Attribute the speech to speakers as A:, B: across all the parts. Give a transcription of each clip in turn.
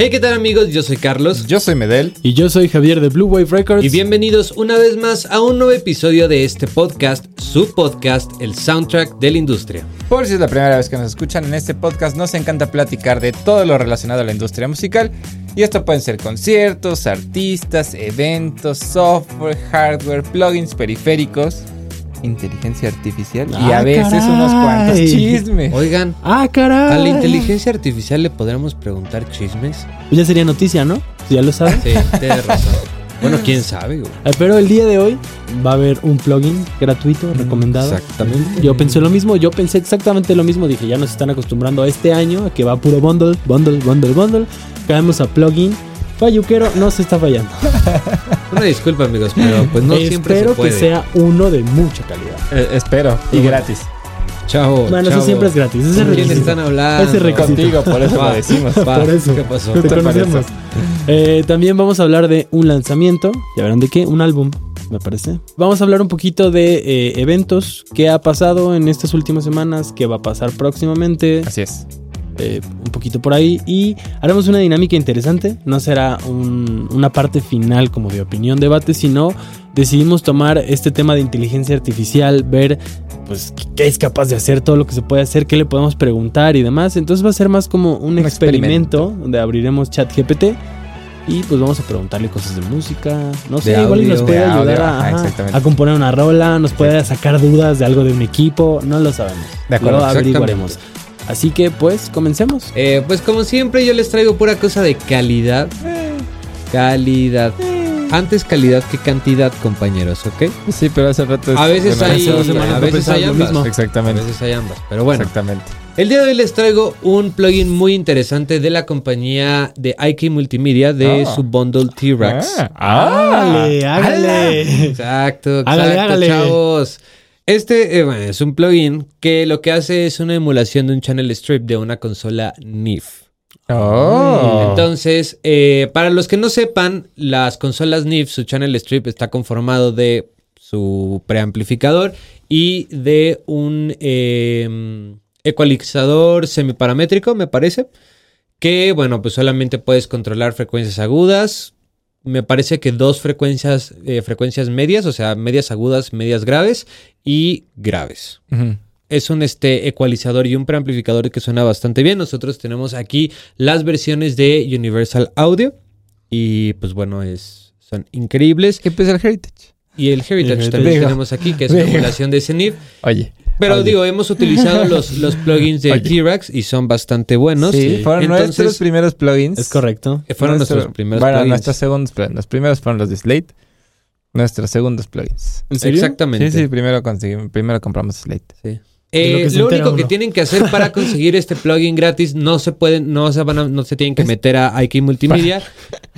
A: Hey, ¿qué tal amigos? Yo soy Carlos.
B: Yo soy Medel.
C: Y yo soy Javier de Blue Wave Records.
A: Y bienvenidos una vez más a un nuevo episodio de este podcast, su podcast, el soundtrack de la industria.
B: Por si es la primera vez que nos escuchan, en este podcast nos encanta platicar de todo lo relacionado a la industria musical. Y esto pueden ser conciertos, artistas, eventos, software, hardware, plugins, periféricos, inteligencia artificial y
C: Ah,
B: a veces
C: caray.
B: unos cuantos chismes.
A: Oigan,
C: Ah, caray.
A: ¿a la inteligencia artificial le podremos preguntar chismes?
C: Pues Ya sería noticia, ¿no? Si ya lo saben.
A: Sí, tienes razón. Bueno, quién sabe, güey.
C: Ah, Pero el día de hoy va a haber un plugin gratuito
A: Mm,
C: recomendado.
B: Exactamente.
C: Yo pensé lo mismo, yo pensé exactamente lo mismo. Dije, ya nos están acostumbrando a este año a que va puro bundle, bundle, bundle, bundle. Caemos a plugin. Falluquero no se está fallando.
A: Una disculpa, amigos, pero pues no siempre se
C: Espero
A: puede.
C: que sea uno de mucha calidad.
B: Eh, espero. Y gratis.
A: Chao,
C: Bueno, eso
A: chavo.
C: siempre es gratis. Ese es el
A: ¿Con quién
C: requisito.
A: están hablando?
C: Ese requisito.
B: Contigo, por eso
A: Va.
B: lo decimos.
A: Pa,
C: Por eso.
A: ¿Qué pasó?
C: Te
B: Justo para
C: conocemos. Eh, también vamos a hablar de un lanzamiento. Ya verán de qué, un álbum, me parece. Vamos a hablar un poquito de eh, eventos, qué ha pasado en estas últimas semanas, qué va a pasar próximamente,
B: Así es.
C: eh, un poquito por ahí. Y haremos una dinámica interesante. No será un- una parte final como de opinión, debate, sino decidimos tomar este tema de inteligencia artificial, ver pues qué es capaz de hacer, todo lo que se puede hacer, qué le podemos preguntar y demás. Entonces va a ser más como un,
B: Un
C: experimento, donde abriremos chat GPT y pues vamos a preguntarle cosas de música, no sé, igual y
A: audio.
C: nos puede
B: De
C: ayudar
B: audio,
C: a,
B: ajá,
C: ajá,
B: exactamente.
C: a componer una rola, nos puede sacar dudas de algo de un equipo, no lo sabemos.
B: De acuerdo,
C: lo
B: exactamente.
C: averiguaremos. Así que pues comencemos.
A: Eh, pues como siempre yo les traigo pura cosa de calidad. Calidad. Antes calidad que cantidad, compañeros, ¿ok?
B: Sí, pero hace rato.
A: A veces hay,
C: hace dos semanas
A: a
C: no
A: veces
C: pensaba
A: hay
C: lo
A: ambas.
C: mismo.
A: A
B: Exactamente.
A: veces hay ambas. Pero bueno,
B: Exactamente.
A: el día de hoy les traigo un plugin muy interesante de la compañía de IK Multimedia de
B: Ah.
A: su bundle T-Rex.
B: Ah, ah,
C: Hágale, hágale.
A: Exacto, exacto,
C: Hágale, hágale.
A: chavos. Este eh, bueno, es un plugin que lo que hace es una emulación de un channel strip de una consola NIF.
B: Oh.
A: Entonces, eh, para los que no sepan, las consolas NIF, su channel strip está conformado de su preamplificador y de un eh, ecualizador semiparamétrico, me parece. Que, bueno, pues solamente puedes controlar frecuencias agudas. Me parece que dos frecuencias, eh, frecuencias medias, o sea, medias agudas, medias graves y graves
B: Ujú.
A: es un este, ecualizador y un preamplificador que suena bastante bien. Nosotros tenemos aquí las versiones de Universal Audio y pues bueno, es, son increíbles.
B: Que pues el Heritage.
A: Y el Heritage
C: Heritage.
A: también
B: Digo.
A: tenemos aquí, que es una
B: Digo.
A: emulación de Zenith.
B: Oye.
A: Pero
B: Oye.
A: digo, hemos utilizado los, los plugins de
B: Oye.
A: T-Rex y son bastante buenos.
B: Sí,
C: Sí.
B: fueron
A: Entonces-
B: nuestros primeros plugins.
C: Es correcto.
A: Eh, Fueron
B: Nuestro-
A: nuestros primeros
B: Bueno,
A: plugins.
B: nuestros segundos plugins. Los primeros fueron los de Slate. Nuestros segundos plugins.
C: ¿En serio?
A: Exactamente.
B: Sí, sí, primero, conseguimos, primero compramos Slate.
A: Eh,
C: De lo
A: lo
C: que se entera
A: único que
C: uno.
A: tienen que hacer para conseguir este plugin gratis no se pueden, no se van a- no se tienen que meter a IK Multimedia,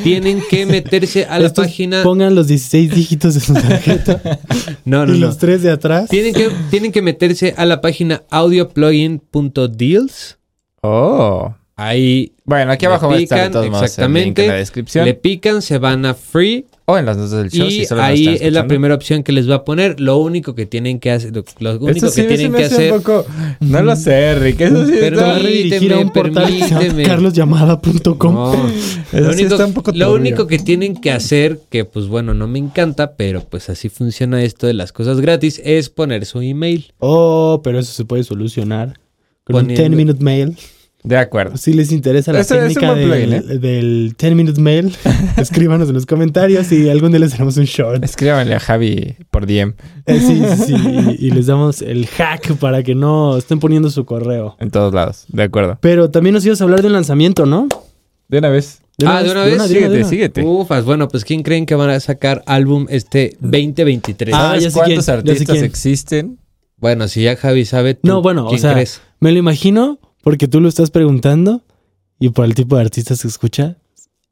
A: tienen que meterse a la
C: Estos
A: página.
C: Pongan los 16 dígitos de su tarjeta
A: No, no,
C: y
A: no.
C: los tres de atrás.
A: Tienen que, tienen que meterse a la página audioplugin.deals.
B: Oh.
A: Ahí
B: Bueno, aquí
A: Le
B: abajo va a estar de
A: pican,
B: todos modos el link
A: exactamente.
B: en la descripción.
A: le pican, se van a free
B: O en las notas del show.
A: y
B: si solo nos
A: ahí
B: están
A: es la
B: escuchando.
A: primera opción que les va a poner. Lo único que tienen que hacer, lo, lo único
B: Eso sí
A: que
B: me- se
A: tienen
B: me
A: que
B: hace
A: hacer.
B: un poco... No lo sé, Rick. Eso sí
A: Pero-
C: Te va a
B: está...
C: redirigir a un portal que se
A: permíteme.
C: llama carlosllamada.com.
A: No.
B: Eso
A: Lo
B: sí
A: único,
B: está un poco
A: lo
B: turbio.
A: único que tienen que hacer, que pues bueno, no me encanta, pero pues así funciona esto de las cosas gratis, es poner su email.
C: Oh, pero eso se puede solucionar con
A: Poniendo-
C: un 10 minute mail.
B: De acuerdo.
C: Si les interesa la
B: Ese es un
C: técnica
B: buen
C: del,
B: plugin,
C: del 10 minute mail, escríbanos en los comentarios y algún día les haremos un short.
B: Escríbanle a Javi por DM.
C: Eh, sí, sí, sí, y, y les damos el hack para que no estén poniendo su correo.
B: En todos lados. De acuerdo.
C: Pero también nos ibas a hablar de un lanzamiento, ¿no?
B: De una vez.
A: Ah, ¿de una vez?
C: de
B: Síguete,
C: una.
B: síguete.
A: Ufas, bueno, pues ¿quién creen que van a sacar álbum
B: Ah.
A: este 2023?
C: Ah,
B: ¿Sabes
C: ya sé
B: cuántos
C: quién, ya sé
B: artistas
C: quién.
B: existen?
A: Bueno, si ya Javi sabe, ¿tú
C: No, bueno, o
A: ¿quién
C: sea,
A: crees?
C: me lo imagino porque tú lo estás preguntando y por el tipo de artistas que escucha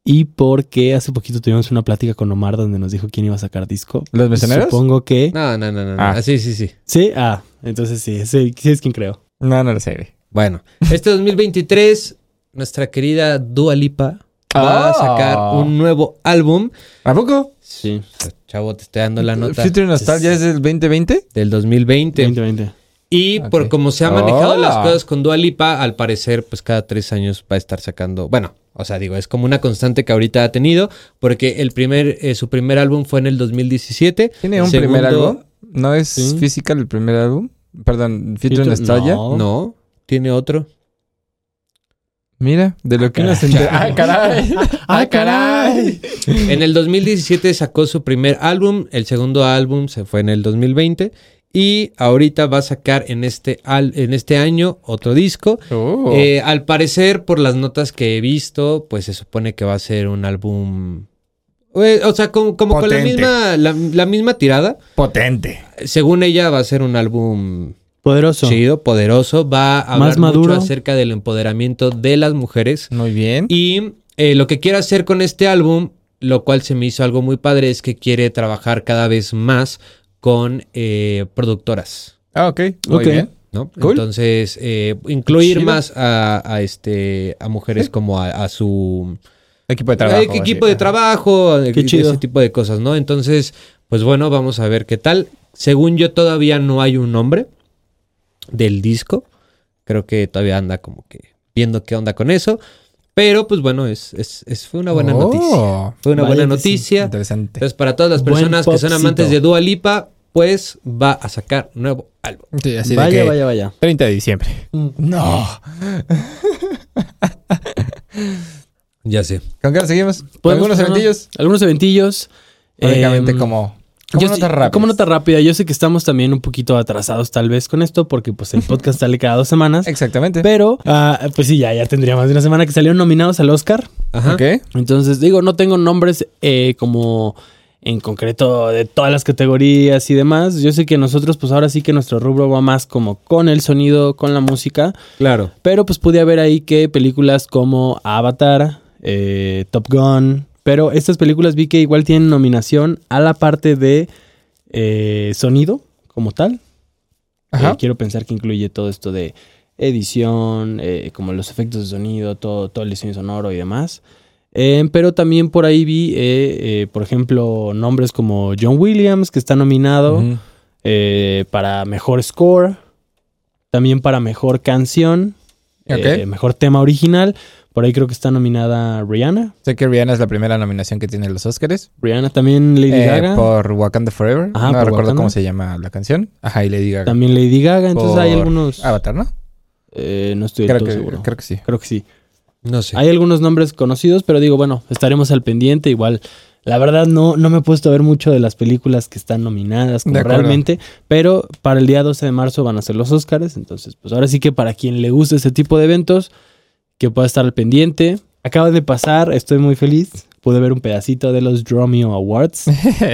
C: y porque hace poquito tuvimos una plática con Omar donde nos dijo quién iba a sacar disco.
B: ¿Los mesoneros?
C: Supongo que...
A: No, no, no, no, no.
B: Ah.
A: Ah, sí, sí, sí.
C: Sí, ah, entonces sí, sí, sí es quien creo.
B: No, no lo sé. güey.
A: Bueno, este 2023, nuestra querida Dua Lipa va a sacar
B: Ah.
A: un nuevo álbum.
B: ¿A poco?
C: Sí.
A: Chavo, te estoy dando la nota
B: Future Nostalgia es del 2020?
A: del 2020.
C: 2020.
A: Y
B: Ok.
A: por cómo se han manejado
B: Oh.
A: las cosas con Dua Lipa, al parecer, pues cada tres años va a estar sacando. Bueno, o sea, digo, es como una constante que ahorita ha tenido, porque el primer, eh, su primer álbum fue en el 2017.
B: ¿Tiene
A: El
B: un primer
A: segundo-
B: álbum? ¿No es
C: Sí.
B: Physical el primer álbum? Perdón, Feature
C: Feature-
B: Nostalgia.
C: no.
A: No, tiene otro.
B: Mira, de lo que nos entera. ¡Ah, caray!
C: ¡Ah, caray!
A: En el 2017 sacó su primer álbum, el segundo álbum se fue en el 2020 y ahorita va a sacar en este, al- en este año otro disco.
B: Oh.
A: Eh, al parecer, por las notas que he visto, pues se supone que va a ser un álbum... eh, O sea, como, como con la
B: Potente.
A: misma, la, la misma tirada.
B: Potente.
A: Según ella, va a ser un álbum
C: Poderoso.
A: chido, poderoso. Va a hablar
C: Más maduro.
A: mucho acerca del empoderamiento de las mujeres.
B: Muy bien.
A: Y eh, lo que quiere hacer con este álbum, lo cual se me hizo algo muy padre, es que quiere trabajar cada vez más con eh, productoras,
B: Ah, ok. Muy
C: Ok.
B: bien.
A: ¿no?
B: Cool.
A: Entonces, eh, incluir
C: Chido.
A: más a, a, este, a mujeres como a, a su
B: Equipo de trabajo.
A: eh, equipo
B: así.
A: de trabajo,
C: Qué
A: eh,
C: chido.
A: ese tipo de cosas, ¿no? Entonces, pues bueno, vamos a ver qué tal. Según yo, todavía no hay un nombre del disco. Creo que todavía anda como que viendo qué onda con eso. Pero, pues bueno, es, es- es- fue una buena
B: Oh,
A: noticia. Fue una
C: Vaya
A: buena
C: que sí.
A: noticia.
B: Interesante.
A: Entonces, para todas las
C: Buen
A: personas que son
C: popcito.
A: amantes de Dua Lipa, pues va a sacar nuevo álbum.
B: Sí, así de
C: vaya,
B: que
C: vaya, vaya.
B: 30 de diciembre.
C: Mm.
B: No.
A: Ya sé.
B: ¿Con qué nos seguimos?
C: ¿Podemos
B: Algunos
C: pasar, Pues, no?
B: eventillos.
C: Algunos eventillos.
B: Prácticamente
C: Em,
B: como. Como
C: yo
B: notas
C: sí-
B: rápidas.
C: Como nota rápida, yo sé que estamos también un poquito atrasados tal vez con esto, porque pues el podcast sale cada dos semanas.
B: Exactamente.
C: Pero, ah, pues sí, ya, ya tendría más de una semana que salieron nominados al Oscar.
A: Ajá.
B: Ok.
C: Entonces, digo, no tengo nombres eh, como en concreto de todas las categorías y demás. Yo sé que nosotros, pues ahora sí que nuestro rubro va más como con el sonido, con la música.
A: Claro.
C: Pero pues pude ver ahí que películas como Avatar, eh, Top Gun, pero estas películas vi que igual tienen nominación a la parte de eh, sonido como tal.
B: Ajá.
C: Eh, quiero pensar que incluye todo esto de edición, eh, como los efectos de sonido, todo, todo el diseño sonoro y demás. Eh, pero también por ahí vi, eh, eh, por ejemplo, nombres como John Williams, que está nominado
B: Ujú.
C: eh, para mejor score, también para mejor canción, eh,
B: Ok.
C: mejor tema original. Por ahí creo que está nominada Rihanna.
B: Sé que Rihanna es la primera nominación que tiene los Oscars.
C: Rihanna también Lady
B: eh,
C: Gaga.
B: Por Wakanda Forever.
C: Ajá,
B: no
C: por
B: recuerdo
C: Wakanda.
B: cómo se llama la canción. Ajá, y Lady Gaga.
C: También Lady Gaga. Entonces hay
B: Por
C: algunos.
B: Avatar, ¿no?
C: eh, no estoy del
B: Creo
C: todo
B: que,
C: seguro.
B: creo que sí.
C: Creo que sí.
A: No sé.
C: Hay algunos nombres conocidos, pero digo, bueno, estaremos al pendiente. Igual, la verdad, no, no me he puesto a ver mucho de las películas que están nominadas como
B: De acuerdo.
C: realmente, pero para el día 12 de marzo van a ser los Oscars. Entonces, pues ahora sí que para quien le guste este tipo de eventos, que pueda estar al pendiente. Acaba de pasar, estoy muy feliz. Pude ver un pedacito de los Dromio Awards.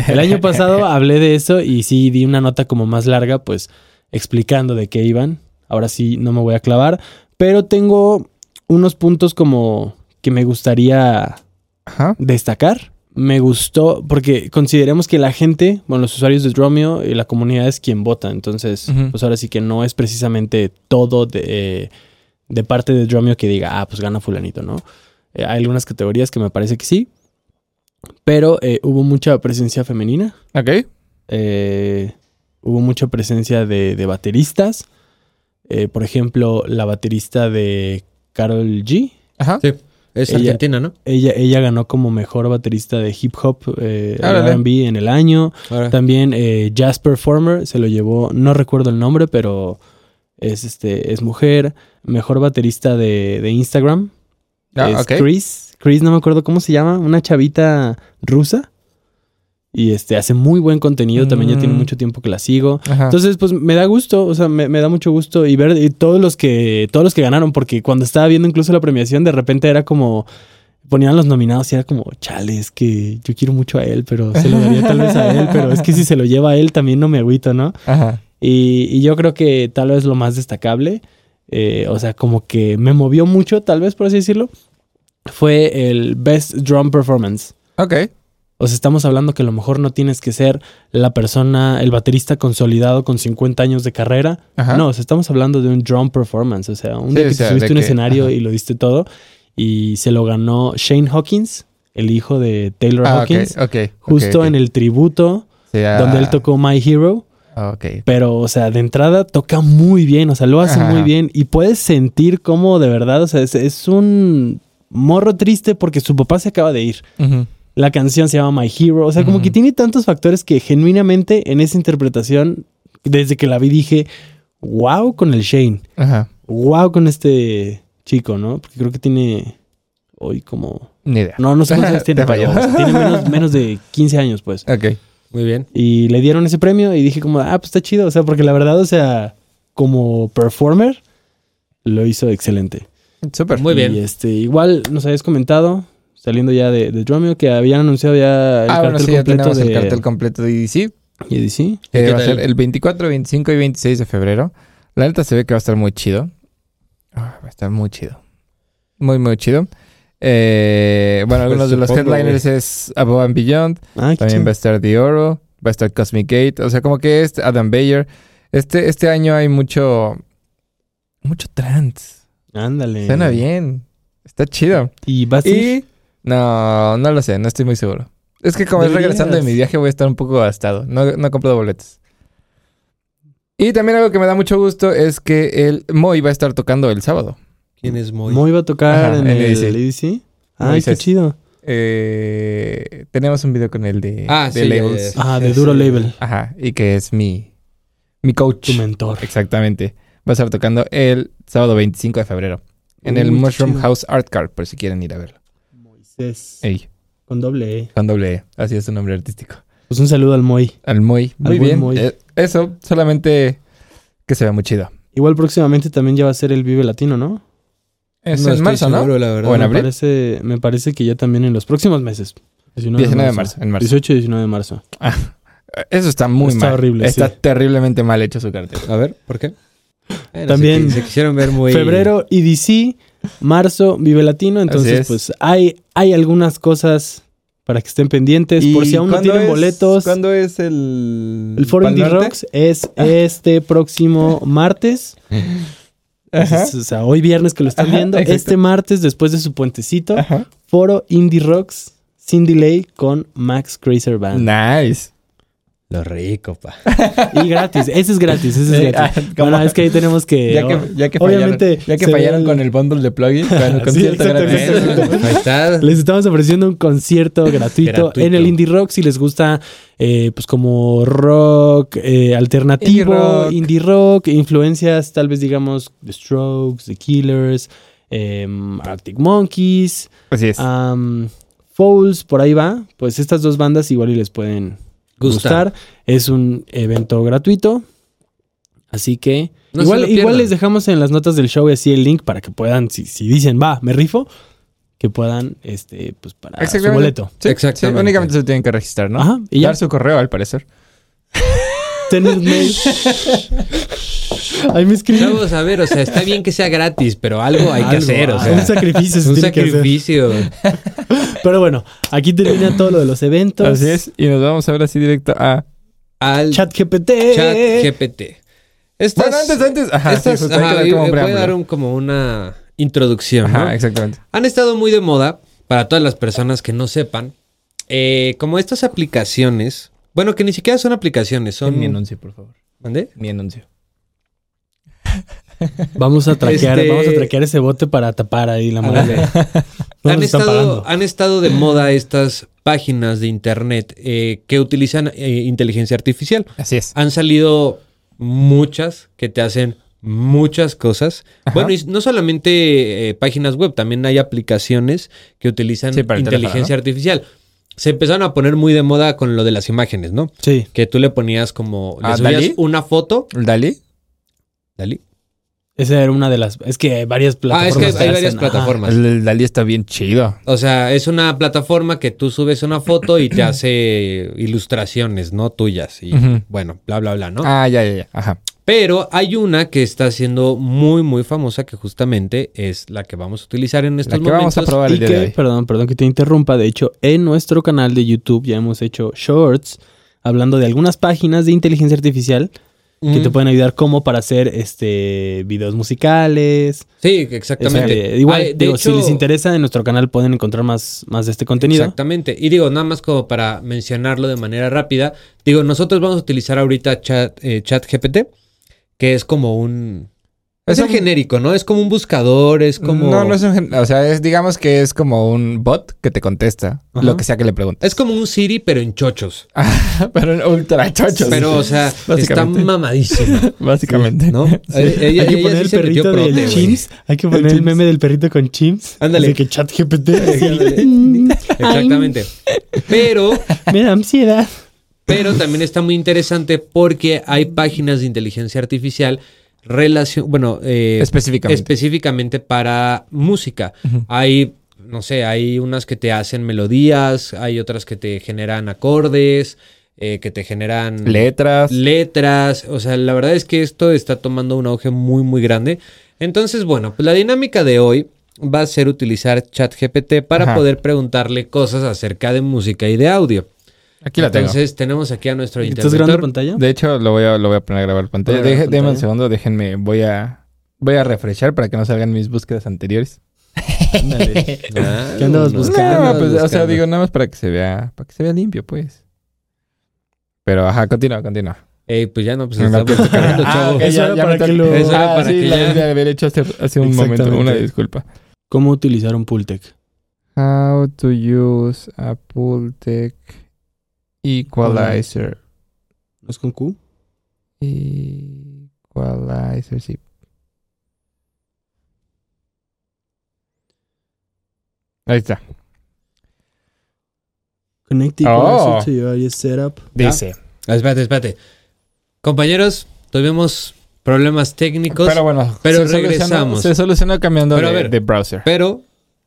C: El año pasado hablé de eso y sí di una nota como más larga, pues explicando de qué iban. Ahora sí no me voy a clavar, pero tengo unos puntos como que me gustaría
B: Ajá.
C: destacar. Me gustó porque consideremos que la gente, bueno, los usuarios de Dromio y la comunidad es quien vota. Entonces,
B: Ujú.
C: pues ahora sí que no es precisamente todo de, eh, de parte de Dromio que diga, ah, pues gana fulanito, ¿no? Eh, hay algunas categorías que me parece que sí. Pero eh, hubo mucha presencia femenina
B: Ok.
C: eh, hubo mucha presencia de, de bateristas. Eh, por ejemplo, la baterista de Carol G.
B: Ajá.
A: Sí. Es
C: Ella-
A: Argentina, ¿no?
C: Ella, ella ganó como mejor baterista de hip hop eh,
B: Órale. Ah.
C: RB en el año.
A: Ahora.
C: También eh, Jazz Performer se lo llevó, no recuerdo el nombre, pero es, este, es mujer. Mejor baterista de, de Instagram.
B: Ah,
C: es
B: ok.
C: Chris. Chris, no me acuerdo cómo se llama. Una chavita rusa. Y este hace muy buen contenido. También ya tiene
B: Mm.
C: mucho tiempo que la sigo.
B: Ajá.
C: Entonces, pues me da gusto, o sea, me, me da mucho gusto y ver y todos los que todos los que ganaron, porque cuando estaba viendo incluso la premiación, de repente era como ponían los nominados y era como, chale, es que yo quiero mucho a él, pero se lo daría tal vez a él, pero es que si se lo lleva a él también no me agüito, ¿no?
B: Ajá.
C: Y, y yo creo que tal vez lo más destacable, eh, o sea, como que me movió mucho, tal vez por así decirlo, fue el Best Drum Performance.
B: Ok.
C: O sea, estamos hablando que a lo mejor no tienes que ser la persona, el baterista consolidado con 50 años de carrera.
B: Ajá.
C: No, o sea, estamos hablando de un drum performance. O sea, un
B: Sí,
C: día
B: o
C: que te
B: sea,
C: subiste
B: de
C: un
B: que-
C: escenario
B: ajá.
C: y lo diste todo. Y se lo ganó Shane Hawkins, el hijo de Taylor
B: Ah, ok. Ah.
C: Hawkins,
B: Ok.
C: justo en el tributo donde él tocó My Hero.
B: Ok.
C: Pero, o sea, de entrada toca muy bien, o sea, lo hace
B: Ajá.
C: muy bien y puedes sentir cómo de verdad, o sea, es, es un morro triste porque su papá se acaba de ir.
B: Ujú.
C: La canción se llama My Hero, o sea, como
B: Ujú.
C: que tiene tantos factores que genuinamente en esa interpretación, desde que la vi dije, wow con el Shane,
B: Ajá.
C: wow con este chico, ¿no? Porque creo que tiene hoy como...
B: Ni idea.
C: No, no sé cuántos años tiene,
B: Te falló.
C: pero tiene menos, menos de 15 años, pues.
B: Ok.
A: Muy bien.
C: Y le dieron ese premio y dije como, ah, pues está chido. O sea, porque la verdad, o sea, como performer, lo hizo excelente.
B: Súper.
A: Muy bien.
C: Y este, igual nos habías comentado, saliendo ya de, de Dromio, que habían anunciado ya el
B: ah,
C: cartel
B: bueno, sí, ya
C: completo
B: tenemos
C: de E
B: el cartel completo de EDC.
C: y de sí.
A: ¿Y
B: Que
A: qué
B: Eh, va a ser
A: tal?
B: el 24, 25 y 26 de febrero. La neta se ve que va a estar muy chido. Ah, va a estar muy chido. Muy, muy chido. Eh, bueno,
A: Pues
B: algunos de los
A: supongo,
B: headliners es Above and Beyond.
C: Ah, qué
B: También
C: chido.
B: va a estar The Oro. Va a estar Cosmic Gate. O sea, como que es Adam Bayer. Este, este año hay mucho. Mucho trance.
C: Ándale.
B: Suena bien. Está chido.
C: Y va a ser...
B: Y. No, no lo sé. No estoy muy seguro. Es que como es
C: Deberías.
B: regresando de mi viaje voy a estar un poco gastado. No, no he comprado boletos. Y también algo que me da mucho gusto es que el Moy va a estar tocando el sábado.
A: ¿Quién es Moy?
C: Mo iba a tocar
B: Ajá,
C: en
B: en
C: el
B: EDC.
C: EDC.
B: Lo
C: Ay, qué
B: dices.
C: chido.
B: Eh, tenemos un video con el de,
A: Ah,
B: de
A: sí, ya, ya,
B: labels.
A: ya.
C: Ah, de
A: Sí,
C: Duro
A: sí.
C: Label.
B: Ajá, y que es mi, mi coach.
C: Tu mentor.
B: Exactamente. Va a estar tocando el sábado 25 de febrero en el
C: Uy, qué
B: Mushroom
C: chido.
B: House Art Card, por si quieren ir a verlo.
C: Moisés.
B: Ey,
C: Con doble E.
B: con doble E, así es su nombre artístico.
C: Pues un saludo al Moy.
B: Al Moy.
C: Al
B: Muy
C: buen
B: bien.
C: Moy.
B: Eh, eso, solamente que se vea muy chido.
C: Igual próximamente también ya va a ser el Vive Latino, ¿no?
B: Es
A: No
B: en
A: estoy
B: marzo, ¿no?
A: seguro, la verdad.
B: Bueno,
C: me
B: abril?
C: parece, me parece que ya también en los próximos meses.
B: 19 de marzo, en marzo.
C: 18 y 19 de marzo.
B: Eso está muy
C: Está
B: mal.
C: horrible,
B: Está
C: sí.
B: terriblemente mal hecho su cartel.
A: A ver, ¿por qué? Bueno,
C: También-
A: Se, se quisieron ver muy.
C: Febrero IDC, marzo Vive Latino. Entonces,
B: es.
C: pues hay, hay algunas cosas para que estén pendientes. Por si aún no tienen boletos.
B: ¿Cuándo Ah. es el.
C: El Foro Indie Rocks es este próximo martes.
B: Ajá.
C: Es- o sea, hoy viernes que lo están
B: Ajá,
C: viendo.
B: exacto. Ah.
C: Este martes, después de su puentecito,
B: Ajá.
C: Foro Indie Rocks sin delay con Max Crazer Band.
B: Nice.
A: Lo rico, pa.
C: Y gratis, ese es gratis, ese
B: Eh,
C: es gratis.
B: ah, ¿cómo?
C: bueno, es que ahí tenemos que.
B: Ya que, ya que
C: Eh, obviamente,
B: fallaron, ya que
C: se
B: fallaron
C: ve
B: con el bundle de plugin, con el
C: Sí,
B: concierto
C: exacto,
B: gratis.
C: exacto.
A: Bueno, ahí está.
C: Les estamos ofreciendo un concierto gratuito,
A: Gratuito.
C: en el Indie Rock. Si les gusta, eh, pues como rock eh, alternativo,
B: Indie rock.
C: indie rock, influencias, tal vez digamos The Strokes, The Killers, em, Arctic Monkeys,
B: Así
C: Ah,
B: es.
C: am, Fouls, por ahí va. Pues estas dos bandas igual y les pueden
A: Gustar.
C: gustar. Es un evento gratuito. Así que
A: No se lo
C: igual,
A: pierdan.
C: igual les dejamos en las notas del show y así el link para que puedan, si, si dicen, va, me rifo, que puedan, este, pues para su
B: Exactamente.
C: boleto.
B: Sí,
A: Exactamente.
B: sí, únicamente se tienen que registrar, ¿no?
C: Ajá, y ya.
B: Dar su correo, al parecer.
C: Tener mail. Ahí me escriben.
A: Chavos, a ver, o sea, está bien que sea gratis, pero algo hay que
C: Algo,
A: hacer, o
C: ah,
A: sea.
C: un sacrificio se
A: un
C: tiene que hacer.
A: sacrificio.
C: Pero bueno, aquí termina todo lo de los eventos.
B: Así es. Y nos vamos a ver así directo a.
A: Al chat,
C: Chat GPT.
A: GPT. Estas,
B: Bueno, antes, antes. Ajá, sí,
A: estas-
B: justo, hay que
A: Pues, ajá,
B: dar como un
A: voy a
B: preámbulo.
A: dar un- como una introducción. ¿no?
B: Ajá, exactamente.
A: Han estado muy de moda, para todas las personas que no sepan, eh, como estas aplicaciones, bueno, que ni siquiera son aplicaciones, son...
B: Mi anuncio, por favor.
A: ¿Mandé?
B: Mi anuncio.
C: Vamos a traquear,
A: Este-
C: vamos a traquear ese bote para tapar ahí la mano.
A: Ándale.
C: No
A: han,
C: nos están
A: estado,
C: pagando.
A: han estado de moda estas páginas de internet eh, que utilizan eh, inteligencia artificial.
B: Así es.
A: Han salido muchas que te hacen muchas cosas. Bueno, y no solamente eh, páginas web, también hay aplicaciones que utilizan
B: Sí, para el teléfono,
A: inteligencia artificial. Se empezaron a poner muy de moda con lo de las imágenes, ¿no?
C: Sí.
A: Que tú le ponías como... Le
B: Ah,
A: subías
B: ¿Dalí?
A: una foto.
B: ¿Dalí?
A: ¿Dalí?
C: Esa era una de las. Es que hay varias
A: Ah, es
C: plataformas.
A: que hay
C: hacen,
A: varias
C: ajá.
A: plataformas.
B: El, el Dalí está bien chido.
A: O sea, es una plataforma que tú subes una foto y te hace ilustraciones, ¿no? Tuyas. Y
B: Ujú.
A: bueno, bla, bla, bla, ¿no?
B: Ah, ya, ya, ya. Ajá.
A: Pero hay una que está siendo muy, muy famosa, que justamente es la que vamos a utilizar en
B: La
A: estos
B: que vamos
A: momentos.
B: a probar
C: Y
B: el día de
C: que,
B: hoy.
C: perdón, perdón que te interrumpa. De hecho, en nuestro canal de YouTube ya hemos hecho shorts hablando de algunas páginas de inteligencia artificial que te pueden ayudar como para hacer este videos musicales.
A: Sí, exactamente.
B: eh,
C: Este, igual,
A: Ah, de
C: digo, si
A: hecho-
C: les interesa, en nuestro canal pueden encontrar más, más de este contenido.
A: Exactamente. Y digo, nada más como para mencionarlo de manera rápida, digo, nosotros vamos a utilizar ahorita chat, eh, ChatGPT, que es como un... Es,
B: Es
A: el
B: un-
A: genérico, ¿no? Es como un buscador, es como...
B: No, no es un... gen- O sea, es, digamos que es como un bot que te contesta
C: Ajá.
B: lo que sea que le preguntes. Ah,
A: Es como un Siri, pero en chochos.
B: Pero un ultra chocho.
A: Pero, o sea, está
B: Básicamente.
A: mamadísima,
B: Básicamente.
A: ¿no? Eh, Ella,
C: hay que
A: ella
C: poner
A: sí
C: el
A: se metió
C: perrito
A: prote,
C: del
A: güey.
C: chimps. Hay que poner el,
B: chimps.
C: meme del perrito con chimps.
A: Ándale.
C: De que chat GPT.
A: Exactamente. Pero,
C: "Mm, Me da ansiedad.
A: pero también está muy interesante porque hay páginas de inteligencia artificial relacion... Bueno, eh,
B: Específicamente.
A: específicamente para música. Hay, no sé, hay unas que te hacen melodías, hay otras que te generan acordes, eh, que te generan
B: Letras.
A: letras. O sea, la verdad es que esto está tomando un auge muy, muy grande. Entonces, bueno, pues la dinámica de hoy va a ser utilizar ChatGPT para
B: Ajá.
A: poder preguntarle cosas acerca de música y de audio.
B: Aquí la tengo.
A: Entonces, tenemos aquí a nuestro
C: ¿Estás grabando
A: interventor.
C: pantalla?
B: De hecho, lo voy a, lo voy a poner a grabar pantalla.
C: Voy a grabar
B: Deje- Denme un
C: pantalla.
B: segundo, déjenme. Voy a, voy a refrescar para que no salgan mis búsquedas anteriores.
C: Ándale.
A: Ah,
C: ¿Qué andabas
A: no,
C: buscando?
A: ¿qué andabas
B: No, pues, O sea,
A: buscando?
B: digo, nada más para que se vea, para que se vea limpio, pues. Pero, ajá, continúa, continúa.
A: Ey, pues ya no, pues
B: No,
A: está
B: pues,
A: buscando,
B: ah,
A: chavo.
B: ok,
C: Eso
B: ya-
C: era
B: ya me
C: para que
B: toca-
C: lo-
A: Eso era
B: Ah,
A: para
B: sí,
A: que
B: la
A: ya-
B: debí de haber hecho hace, hace un momento.
C: Exactamente.
B: Una disculpa.
C: ¿Cómo utilizar un Pultec?
B: How to use a Pultec
C: Equalizer.
B: Equalizer.
C: ¿No es con Q?
B: Equalizer, sí. Ahí está.
C: Connect
B: Oh.
C: equalizer to your audio setup.
B: Dice.
A: Ah, Espérate, espérate. Compañeros, tuvimos problemas técnicos,
B: Pero bueno,
A: Pero
B: se solucionó-
A: regresamos.
B: se solucionó cambiando
A: Pero a
B: de,
A: ver.
B: de browser.
A: pero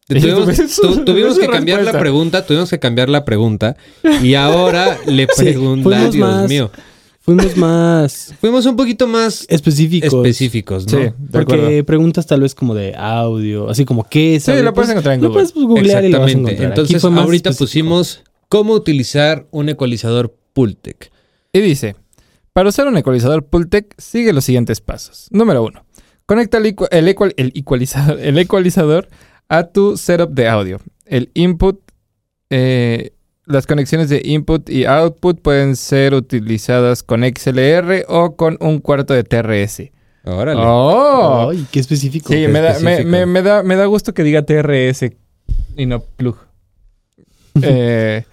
B: Y
A: tuvimos,
B: tuve su-
A: tu- tuvimos
B: su
A: que cambiar la
B: respuesta.
A: pregunta, tuvimos que cambiar la pregunta y ahora le
C: Sí,
A: pregunta,
C: fuimos
A: Dios
C: más-
A: mío.
C: Fuimos más
A: Fuimos un poquito más
C: específicos.
A: específicos, ¿no?
B: Sí, de acuerdo.
C: Porque preguntas tal vez como de audio, así como qué es
B: Sí,
C: audio? Pues,
B: lo puedes encontrar en
C: lo
B: Google.
C: puedes googlear y lo vas a
A: Exactamente.
C: encontrar. Aquí
A: Entonces,
C: fue más
A: ahorita
C: específico.
A: pusimos cómo utilizar un ecualizador Pultec.
B: Y dice, para usar un ecualizador Pultec, sigue los siguientes pasos. Número 1. Conecta el, icua- el ecual- el ecualizador, el ecualizador a tu setup de audio. El input, eh, las conexiones de input y output pueden ser utilizadas con XLR o con un cuarto de TRS.
A: Órale.
C: Ah,
B: ¡Oh!
C: Ay, qué específico.
B: Sí,
A: qué
B: me da, me,
A: específico.
B: me- me da, me da gusto que diga TRS y no plug. Eh,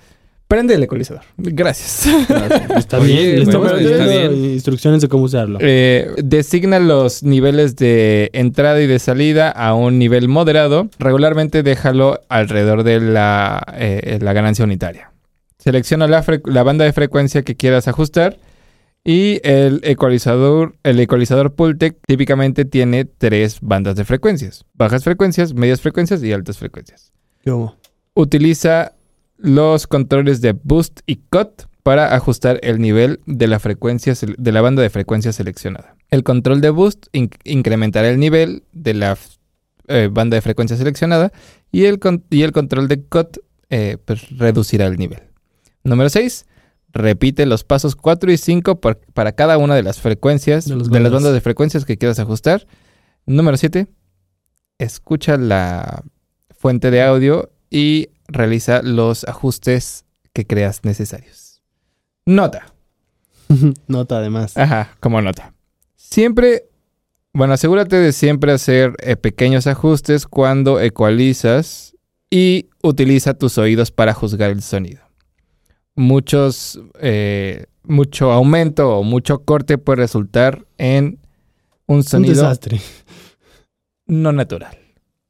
B: prende el ecualizador. Gracias.
C: Está
A: Oye,
C: bien,
A: está
C: estamos
A: bien, está
C: dando
A: bien.
C: instrucciones de cómo usarlo.
B: Eh, designa los niveles de entrada y de salida a un nivel moderado. Regularmente déjalo alrededor de la, eh, la ganancia unitaria. Selecciona la, fre- la banda de frecuencia que quieras ajustar. Y el ecualizador, el ecualizador Pultec típicamente tiene tres bandas de frecuencias. Bajas frecuencias, medias frecuencias y altas frecuencias.
C: ¿Cómo?
B: Utiliza los controles de boost y cut para ajustar el nivel de la, frecuencia sele- de la banda de frecuencia seleccionada. El control de boost inc- incrementará el nivel de la f- eh, banda de frecuencia seleccionada y el, con- y el control de cut eh, pues, reducirá el nivel. Número 6. Repite los pasos 4 y 5 por- para cada una de las frecuencias,
C: De
B: de,
C: las
B: las
C: bandas.
B: bandas de frecuencias que quieras ajustar. Número 7. Escucha la fuente de audio y realiza los ajustes que creas necesarios. Nota.
C: Nota además.
B: Ajá, como nota. Siempre, bueno, asegúrate de siempre hacer eh, pequeños ajustes cuando ecualizas y utiliza tus oídos para juzgar el sonido. Muchos, eh, mucho aumento o mucho corte puede resultar en un
C: Un
B: sonido
C: desastre.
B: no natural.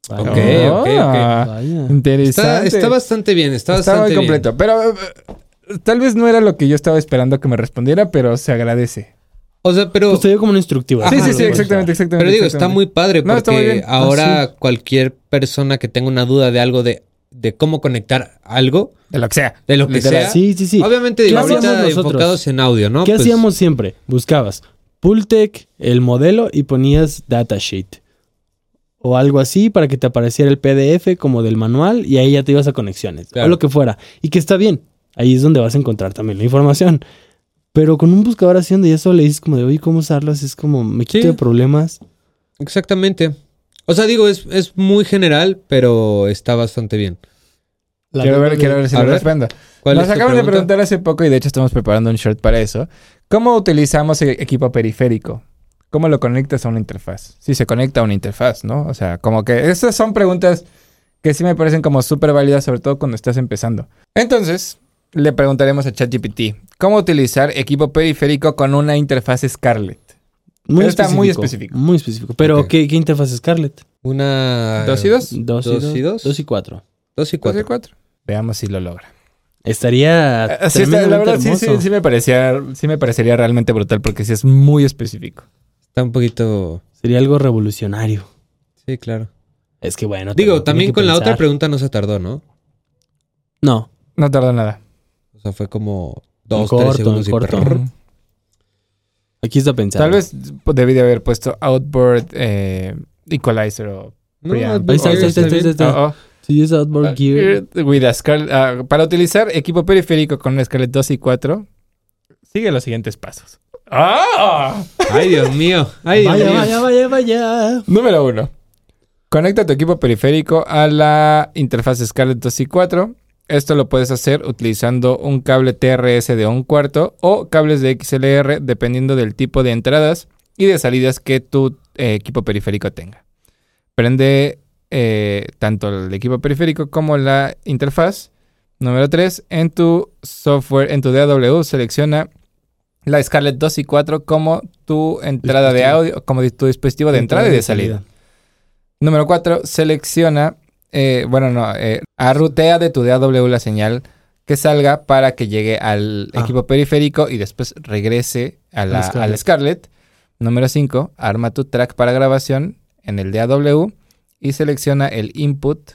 A: Ok,
C: Vaya.
A: ok, ok.
B: Ah,
C: Vaya.
A: Está,
B: Interesante.
A: está bastante bien, está
B: Está
A: bastante
B: muy
A: bien.
B: completo, pero eh, tal vez no era lo que yo estaba esperando que me respondiera, pero se agradece.
A: O sea, pero
C: Pues te dio como un instructivo.
A: Ajá,
B: sí,
C: ¿no?
B: sí, sí,
A: lo-
B: exactamente, exactamente.
A: Pero digo, está
B: exactamente.
A: muy padre porque
B: No, está muy bien.
A: ahora
C: Ah,
A: cualquier persona que tenga una duda de algo de, de cómo conectar algo,
B: De lo que sea.
A: de lo que
B: Literal.
A: sea.
C: Sí, sí, sí.
A: Obviamente, digo,
C: ¿Qué hacíamos
A: ahorita
C: nosotros?
A: enfocados en audio, ¿no?
C: ¿Qué
A: Pues,
C: hacíamos siempre? Buscabas Pultec, el modelo y ponías datasheet. O algo así para que te apareciera el PDF como del manual y ahí ya te ibas a conexiones.
A: Claro.
C: O lo que fuera. Y que está bien. Ahí es donde vas a encontrar también la información. Pero con un buscador así donde ya solo le dices como de, oye, ¿cómo usarlo? Así es como, me quito
A: Sí.
C: de problemas.
A: Exactamente. O sea, digo, es, es muy general, pero está bastante bien.
D: La
B: quiero
D: duda
B: ver,
D: de-
B: quiero ver si
A: a
B: lo
A: ver,
B: respondo.
A: ¿Cuál
B: Nos
A: es tu
B: acaban de
A: pregunta?
B: preguntar hace poco y de hecho estamos preparando un short para eso. ¿Cómo utilizamos e- equipo periférico? ¿Cómo lo conectas a una interfaz? Si se conecta a una interfaz, ¿no? O sea, como que esas son preguntas que sí me parecen como súper válidas, sobre todo cuando estás empezando. Entonces, le preguntaremos a ChatGPT, ¿cómo utilizar equipo periférico con una interfaz Scarlett?
C: Muy
B: Pero está muy específico.
C: Muy específico. Pero,
A: Ok.
C: ¿qué, ¿qué interfaz es Scarlett?
A: Una.
B: ¿Dos y dos?
C: Dos
A: ¿Dos
C: y
A: y
C: dos.
A: dos?
C: Dos y cuatro.
A: Dos y
B: ¿Cuatro y
A: cuatro.
B: cuatro? Veamos si lo logra.
C: Estaría
B: Ah, sí, está- la
C: tremendamente
B: verdad sí, sí,
C: hermoso.
B: sí me parecía, sí me parecería realmente brutal porque sí es muy específico.
A: Está un poquito.
C: Sería algo revolucionario.
A: Sí, claro.
C: Es que bueno.
A: Digo,
C: lo Ah, tiene
A: también
C: que
A: con la otra
C: pensar.
A: pregunta no se tardó, ¿no?
C: No.
B: No tardó nada.
A: O sea, fue como dos,
C: corto, en
A: tres segundos y
C: corto.
A: prrr.
B: Ujú.
C: Aquí está pensando.
B: Tal vez debí de haber puesto Outboard eh, Equalizer o...
A: No,
B: Ahí
C: Ahí está, ahí está, ahí está, ahí está, ahí está.
B: o- o-
C: Si usas Outboard Gear.
B: with a Scarlet- ah, para utilizar equipo periférico con una Scarlett 2 y 4, sigue los siguientes pasos. ¡Ah!
A: Ay, Dios mío. Ay, Dios
C: Vaya,
A: mío.
C: vaya, vaya, vaya.
B: Número 1. Conecta tu equipo periférico a la interfaz Scarlett 2 y 4. Esto lo puedes hacer utilizando un cable TRS de un cuarto o cables de XLR dependiendo del tipo de entradas y de salidas que tu eh, equipo periférico tenga. Prende eh, tanto el equipo periférico como la interfaz. Número 3. En tu software, en tu DAW, selecciona la Scarlett 2 y 4 como tu entrada de
C: Dispositivo.
B: audio, como di- tu dispositivo de entrada y de salida. Número 4, selecciona, eh, bueno, no, eh, arrutea de tu DAW la señal que salga para que llegue al
C: Ah.
B: equipo periférico y después regrese a la,
C: Al Scarlett.
B: al Scarlett. Número 5, arma tu track para grabación en el DAW y selecciona el input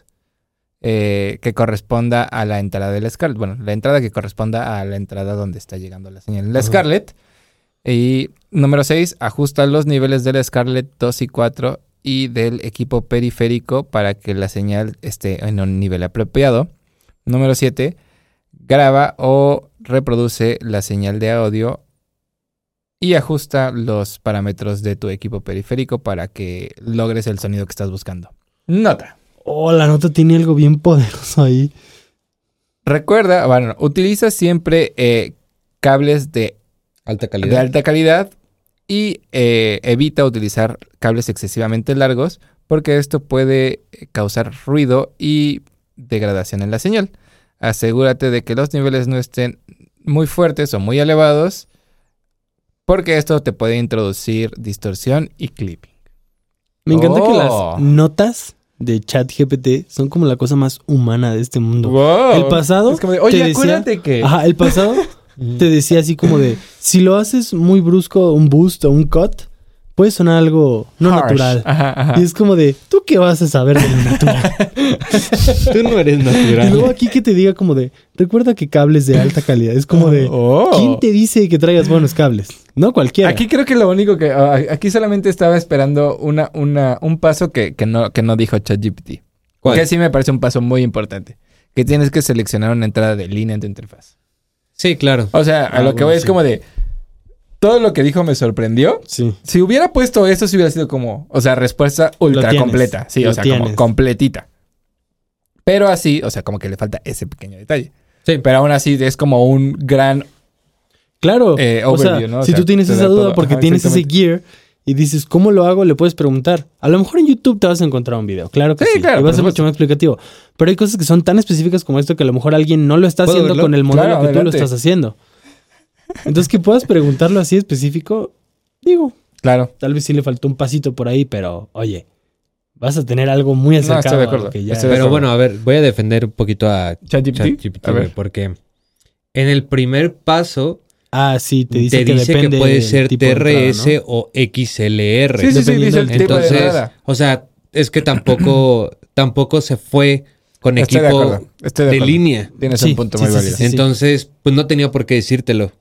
B: eh, que corresponda a la entrada del Scarlett. Bueno, la entrada que corresponda a la entrada donde está llegando la señal en la
C: Ajá.
B: Scarlett. Y número 6, ajusta los niveles del Scarlett 2 y 4 y del equipo periférico para que la señal esté en un nivel apropiado. Número 7, graba o reproduce la señal de audio y ajusta los parámetros de tu equipo periférico para que logres el sonido que estás buscando. Nota.
C: Oh, la nota tiene algo bien poderoso ahí.
B: Recuerda, bueno, utiliza siempre eh, cables de
A: Alta
B: de
A: calidad.
B: alta calidad y eh, evita utilizar cables excesivamente largos porque esto puede eh, causar ruido y degradación en la señal. Asegúrate de que los niveles no estén muy fuertes o muy elevados porque esto te puede introducir distorsión y clipping.
C: Me encanta que
B: Oh.
C: las notas de ChatGPT son como la cosa más humana de este mundo. El pasado
B: Es como de,
C: te
B: Oye,
C: decía-
B: acuérdate que...
C: Ajá, el pasado te decía así como de, si lo haces muy brusco, un boost o un cut, puede sonar algo no
B: Harsh.
C: natural.
B: Ajá, ajá.
C: Y es como de, ¿tú qué vas a saber de lo natural?
A: Tú no eres
C: y luego
A: natural.
C: aquí que te diga como de, recuerda que cables de alta calidad. Es como de,
B: Oh.
C: ¿quién te dice que traigas buenos cables? No cualquiera.
B: Aquí creo que lo único que... ah, aquí solamente estaba esperando una, una, un paso que, que, no, que no dijo ChatGPT.
A: ¿Cuál?
B: Que sí me parece un paso muy importante. Que tienes que seleccionar una entrada de línea en tu interfaz.
A: Sí, claro.
B: O sea, a
C: Ah,
B: lo que
C: bueno,
B: voy es
C: sí.
B: como de... Todo lo que dijo me sorprendió.
C: Sí.
B: Si hubiera puesto eso, si hubiera sido como... O sea, respuesta ultra
C: tienes,
B: completa. Sí,
C: lo
B: o sea,
C: tienes.
B: como completita. Pero así, o sea, como que le falta ese pequeño detalle.
A: Sí.
B: Pero aún así es como un gran...
C: Claro.
B: Eh,
C: o sea,
B: overview, ¿no? O
C: si
B: sea,
C: tú tienes
B: te da
C: esa duda
B: todo.
C: porque
B: Ajá,
C: tienes ese gear y dices, ¿cómo lo hago? Le puedes preguntar. A lo mejor en YouTube te vas a encontrar un video. Claro que sí.
B: Sí, claro,
C: y va a
B: por
C: ser
B: supuesto.
C: mucho más explicativo. Pero hay cosas que son tan específicas como esto que a lo mejor alguien no lo está
A: ¿Puedo
C: haciendo
A: verlo?
C: con el modelo
B: Claro,
C: que tú lo
B: adelante.
C: estás haciendo. Entonces, que puedas preguntarlo así específico, digo,
B: Claro.
C: tal vez sí le faltó un pasito por ahí, pero oye, vas a tener algo muy
B: estoy
C: acercado
B: de
C: a lo
B: acuerdo.
C: que ya-
B: Estoy de
A: Pero
B: acuerdo.
A: bueno, a ver, voy a defender un poquito a
B: ChatGPT.
A: ChatGPT,
B: a
A: güey,
B: ver.
A: porque en el primer paso
C: Ah, sí, te
A: te dice,
C: dice, que
A: que,
C: depende
A: puede
C: del
A: ser
C: tipo de entrada,
A: TRS
C: ¿no?
A: o XLR.
B: Sí, sí, sí, dice el
C: Dependiendo del
B: tipo de
A: Entonces,
B: entrada.
A: o sea, es que tampoco, tampoco se fue con
B: Estoy de
A: equipo
B: acuerdo. Estoy de
A: de
B: acuerdo.
A: línea.
B: Tienes
C: Sí,
B: un punto
C: sí,
B: muy
C: sí, sí,
B: válido.
C: sí.
A: Entonces, pues no tenía por qué decírtelo.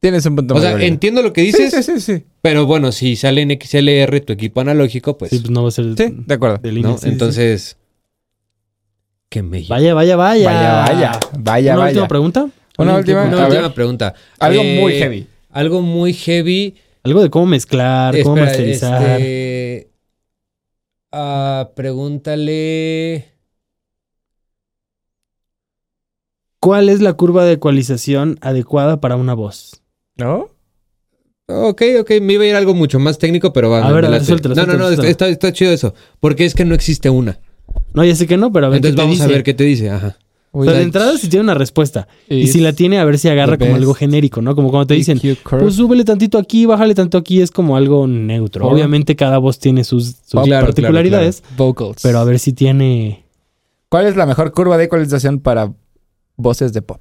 B: Tienes un punto
A: O
B: muy
A: sea,
B: válido.
A: entiendo lo que
B: Sí,
A: dices,
B: sí, sí, sí.
A: pero bueno, si sale en XLR tu equipo analógico, pues,
C: Sí, pues no va a ser
B: Sí, de acuerdo.
C: de línea,
A: ¿no?
C: sí, sí,
A: Entonces, que me
C: sí. Vaya, vaya, vaya.
B: Vaya, vaya. Vaya,
C: ¿Una
B: vaya.
C: última pregunta?
B: Una última.
A: Una
B: A
A: última
B: ver.
A: pregunta.
B: Algo
A: Eh,
B: muy heavy.
A: a algo muy heavy.
C: Algo de cómo mezclar, cómo
A: Espera,
C: masterizar.
A: este, ah, pregúntale.
C: ¿Cuál es la curva de ecualización adecuada para una voz?
B: ¿No?
A: Ok, ok, me iba a ir algo mucho más técnico, pero va.
C: A ver,
A: me
C: a ver,
A: late.
C: suéltalo,
A: No, no,
C: suéltalo,
A: no, está,
C: suéltalo.
A: está- está chido eso. Porque es que no existe una.
C: No, ya sé que no, pero a ver.
A: Entonces
C: qué te
A: vamos a
C: dice.
A: ver qué te dice. Ajá.
C: O sea, de entrada si tiene una respuesta. Y si la tiene, a ver si agarra
B: the
C: como
B: best.
C: algo genérico, ¿no? Como cuando te dicen,
B: EQ curve.
C: pues súbele tantito aquí, bájale tanto aquí, es como algo neutro.
B: Por- Oh,
C: Obviamente cada voz tiene sus, sus
A: Claro, claro,
C: particularidades,
B: Vocals.
C: pero a ver si tiene...
B: ¿Cuál es la mejor curva de ecualización para voces de pop?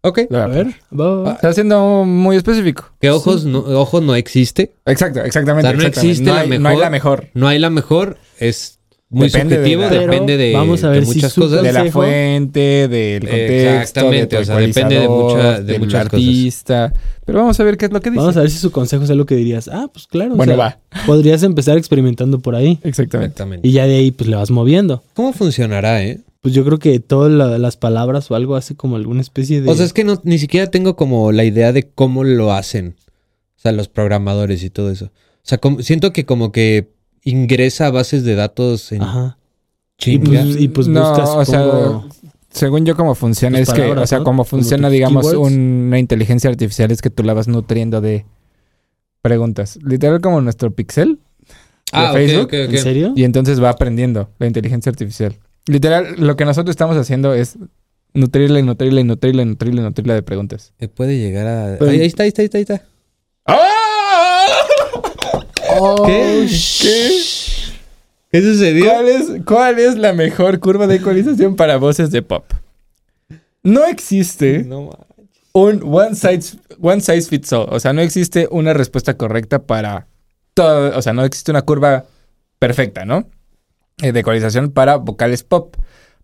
A: Ok.
B: La
C: A
B: verdad. Ah,
C: ver, va.
B: Está siendo muy específico.
A: Que ojos no, ojos no existe.
B: Exacto, exactamente.
A: O sea, no
B: exactamente.
A: existe la
B: hay,
A: mejor.
B: no hay la mejor.
A: No hay la mejor. Es muy
B: Depende de
A: subjetivo,
B: la-
C: Pero
A: depende de,
C: vamos a ver
A: de
C: si
A: muchas
C: su-
A: cosas.
B: De la
C: Consejo.
B: fuente, del contexto,
A: Exactamente,
B: de tu
A: o sea, depende de
B: ecualizador,
A: mucha- de
B: del
A: muchas cosas.
B: artista. Pero vamos a ver qué es lo que dice.
C: Vamos a ver si su consejo es lo que dirías. Ah, pues claro. o
B: Bueno,
C: sea,
B: va.
C: Podrías empezar experimentando por ahí
B: Exactamente.
A: Exactamente.
C: y ya de ahí pues le vas moviendo.
A: ¿Cómo funcionará, eh?
C: Pues yo creo que todas la- las palabras o algo hace como alguna especie de...
A: O sea, es que no, ni siquiera tengo como la idea de cómo lo hacen. O sea, los programadores y todo eso. O sea, como- siento que como que ingresa bases de datos en
C: Ajá. Y
A: chinga.
C: pues, y pues
B: No,
C: buscas
B: o sea,
C: como-
B: Según yo, cómo funciona
C: Tus
B: es que,
C: palabras,
B: o sea,
C: ¿no?
B: cómo
C: Como
B: funciona,
C: tus
B: digamos,
C: keywords.
B: una inteligencia artificial es que tú la vas nutriendo de preguntas. Literal como nuestro pixel.
A: ah, ok,
B: Facebook,
A: ok, ok.
C: ¿En serio?
B: Y entonces va aprendiendo la inteligencia artificial. Literal, lo que nosotros estamos haciendo es nutrirla y nutrirla y nutrirla y nutrirla y nutrirla de preguntas.
A: Eh, Puede llegar a...
C: Pero-
A: Ahí, ahí está, ahí está, ahí está, ahí está.
B: ¡Ah!
C: Oh,
B: Oh, ¿Qué?
A: ¿Qué sucedió?
B: ¿Cuál es, ¿Cuál es la mejor curva de ecualización para voces de pop? No existe
A: No, ma-
B: un one size, one size fits all. O sea, no existe una respuesta correcta para todo. O sea, no existe una curva perfecta, ¿no? Eh, de ecualización para vocales pop.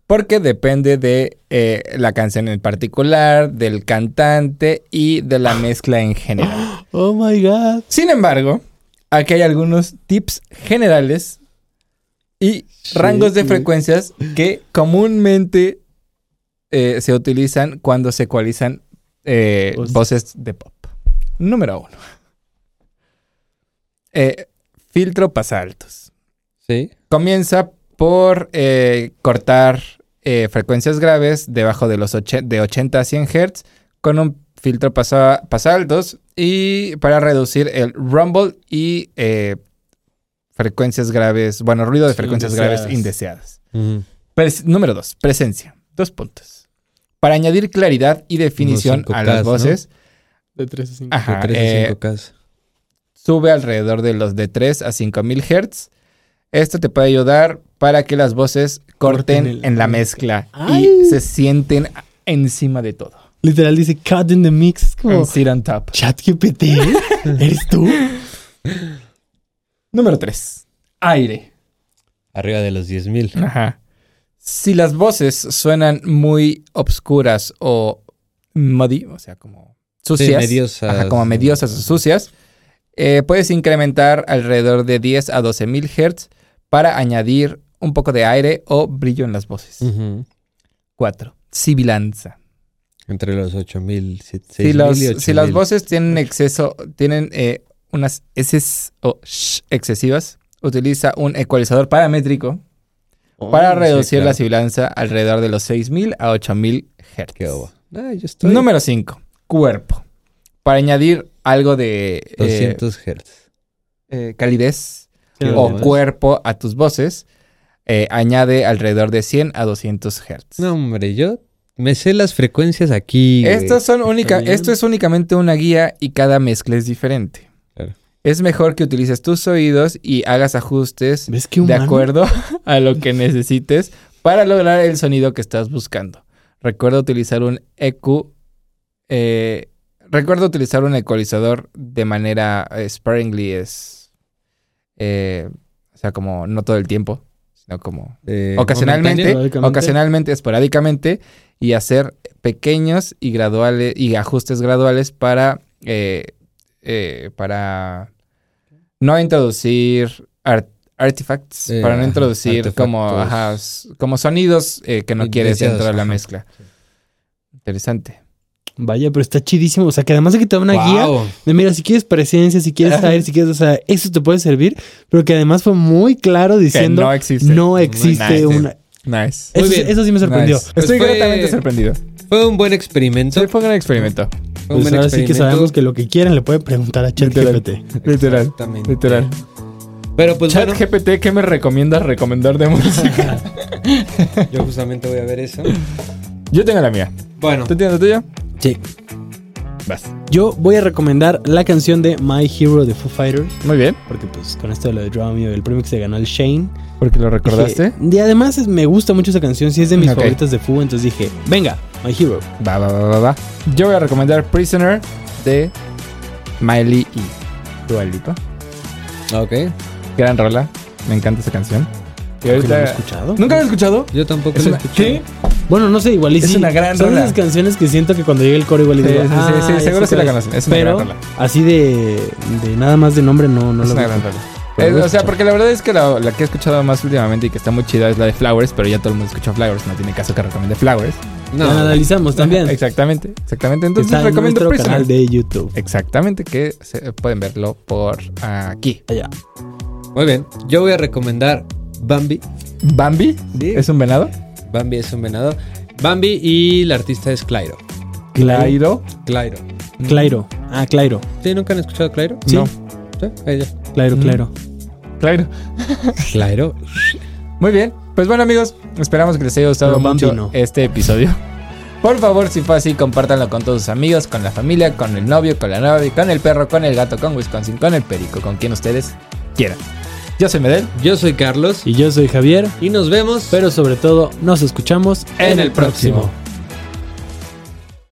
B: Porque depende de eh, la canción en particular, del cantante y de la mezcla en general.
C: Oh my god.
B: Sin embargo, aquí hay algunos tips generales y rangos de
C: güey.
B: frecuencias que comúnmente eh, se utilizan cuando se ecualizan eh,
C: Voces.
B: voces de pop. Número uno. Eh, filtro pasaltos.
A: Sí.
B: Comienza por eh, cortar eh, frecuencias graves debajo de los oche- de 80 a 100 Hz con un filtro pasa pasaltos y para reducir el rumble y eh, frecuencias graves, bueno, ruido de frecuencias graves indeseadas.
A: Ujú.
B: Pres- número dos, presencia. Dos puntos. Para añadir claridad y definición
A: Unos
B: a las
A: 5K, ¿no?
B: voces,
C: De 3 a 5.
B: ajá,
A: De 3
B: eh,
A: a 5K.
B: sube alrededor de los de 3 a 5000 Hz. Esto te puede ayudar para que las voces corten,
C: Corten el-
B: en la mezcla
C: ¡Ay!
B: y se sienten encima de todo.
C: Literal dice cut in the mix. Es como
B: And sit on top.
C: chat GPT. ¿Eres tú?
B: Número 3. Aire.
A: Arriba de los 10.000.
B: Ajá. Si las voces suenan muy obscuras o muddy, o sea, como sucias,
A: mediosas.
B: ajá, como mediosas o sucias, eh, puedes incrementar alrededor de 10 a 12 mil Hz para añadir un poco de aire o brillo en las voces.
A: Ujú.
B: 4. Sibilanza.
A: Entre los 8.000,
B: Si,
A: 6.000
B: las,
A: y
B: si las
A: 8,000.
B: voces tienen exceso, tienen eh, unas S o sh excesivas, utiliza un ecualizador paramétrico para
A: Oh, sí,
B: reducir
A: claro.
B: la sibilanza alrededor de los 6.000 a 8.000 Hz.
A: Qué bobo. Ah, yo estoy...
B: Número 5. Cuerpo. Para añadir algo de eh,
A: 200 Hz.
B: eh, calidez
A: Sí,
B: o
A: más.
B: cuerpo a tus voces, eh, añade alrededor de 100 a 200 Hz.
A: No, hombre, yo me sé las frecuencias aquí. güey.
B: Estas son única,
C: bien.
B: esto es únicamente una guía y cada mezcla es diferente.
A: Claro.
B: Es mejor que utilices tus oídos y hagas ajustes
C: ¿Ves qué
B: de
C: humano?
B: acuerdo a lo que necesites para lograr el sonido que estás buscando. Recuerda utilizar un EQ. eh, recuerda utilizar un ecualizador de manera eh, sparingly, es. eh, o sea, como no todo el tiempo, sino como
A: Eh,
B: ocasionalmente,
C: momentáneo,
B: ocasionalmente, esporádicamente, y hacer pequeños y graduales y ajustes graduales para eh, eh, para no introducir ar- artifacts,
A: Eh,
B: para no
A: ajá,
B: introducir como
A: artefactos.
B: ajá, s- como sonidos eh, que no quieres
A: Indeseados,
B: dentro de la
A: ajá.
B: mezcla. Interesante.
C: Vaya, pero está chidísimo. O sea, que además de que te da una guía
A: Guau.
C: de, mira, si quieres presencia, si quieres saber, si quieres, o sea, eso te puede servir. Pero que además fue muy claro diciendo,
B: no existe.
C: no existe
B: Nice.
C: una...
B: Nice.
A: Muy
C: Eso,
A: bien.
C: eso sí me sorprendió.
B: Nice.
A: Pues
B: Estoy
A: fue-
B: gratamente sorprendido.
A: Fue un buen experimento.
B: Se fue un gran experimento.
A: Fue un
C: Pues
A: buen
C: ahora sí que
A: experimento.
C: sabemos que lo que quieran le pueden preguntar a ChatGPT.
B: Literal.
A: Exactamente.
B: Literal.
A: Pero pues
B: Chat
A: bueno,
B: GPT, ¿qué me recomiendas recomendar de música?
A: yo justamente voy a ver eso.
B: Yo tengo la mía.
A: Bueno,
B: ¿Tú tienes la tuya?
C: Sí.
B: Vas.
C: Yo voy a recomendar la canción de My Hero de Foo Fighters.
B: Muy bien.
C: Porque pues con esto de lo de Draw Me, el premio que se ganó el Shane.
B: Porque lo recordaste.
C: Dije- Y además es- me gusta mucho esa canción, sí es de mis
B: Ok.
C: favoritas de Foo, entonces dije, venga, My Hero.
B: Va, va, va, va, va. Yo voy a recomendar Prisoner de Miley y Dua Lipa.
A: ok.
B: Gran rola. Me encanta esa canción. Y
C: Creo que no lo he
B: ahorita...
C: escuchado.
B: ¿Nunca la he escuchado?
A: Yo tampoco
B: Es
A: lo
B: una-
A: escuché.
B: ¿Sí?
C: Bueno, no sé, igual y
B: Es
C: sí.
B: una gran
C: Son
B: rola.
C: esas canciones que siento que cuando llegue el coro igual y
B: Sí,
C: digo,
B: sí, sí,
C: "Ah,
B: sí,
C: ya
B: seguro
C: sé
B: sí la
C: cuál es".
B: conocen. Es una
C: Pero
B: gran rola.
C: así de, de nada más de nombre no, no
B: Es
C: lo
B: una gran rola.
C: Pues,
B: Eh, o sea, porque la verdad es que la, la que he escuchado más últimamente y que está muy chida es la de Flowers, pero ya todo el mundo escucha Flowers, no tiene caso que recomiende Flowers.
A: No.
C: La analizamos también.
B: Exactamente, exactamente. Entonces
C: Está en
B: recomiendo
C: nuestro
B: Prisoner.
C: canal de YouTube.
B: Exactamente, que se- pueden verlo por aquí.
C: Allá.
A: Muy bien. Yo voy a recomendar Bambi.
B: ¿Bambi?
A: Sí.
B: ¿Es un venado?
A: Bambi es un venado. Bambi y la artista es Clairo.
C: Clairo.
A: Clairo.
B: Clairo.
C: Clairo. Ah, Clairo.
A: ¿Sí? ¿Nunca han escuchado Clairo?
C: Sí.
B: No,
A: ¿Sí? Ella.
C: Clairo,
B: Mm.
C: Clairo.
B: Clairo.
A: Clairo.
B: Muy bien. Pues bueno, amigos, esperamos que les haya gustado
C: Pero Bambi
B: mucho
C: no.
B: este episodio. Por favor, si fue así, compártanlo con todos sus amigos, con la familia, con el novio, con la novia, con el perro, con el gato, con Wisconsin, con el perico, con quien ustedes quieran. Yo soy Medel.
A: Yo soy Carlos.
C: Y yo soy Javier,
A: Y nos vemos.
C: pero sobre todo nos escuchamos
B: En el próximo.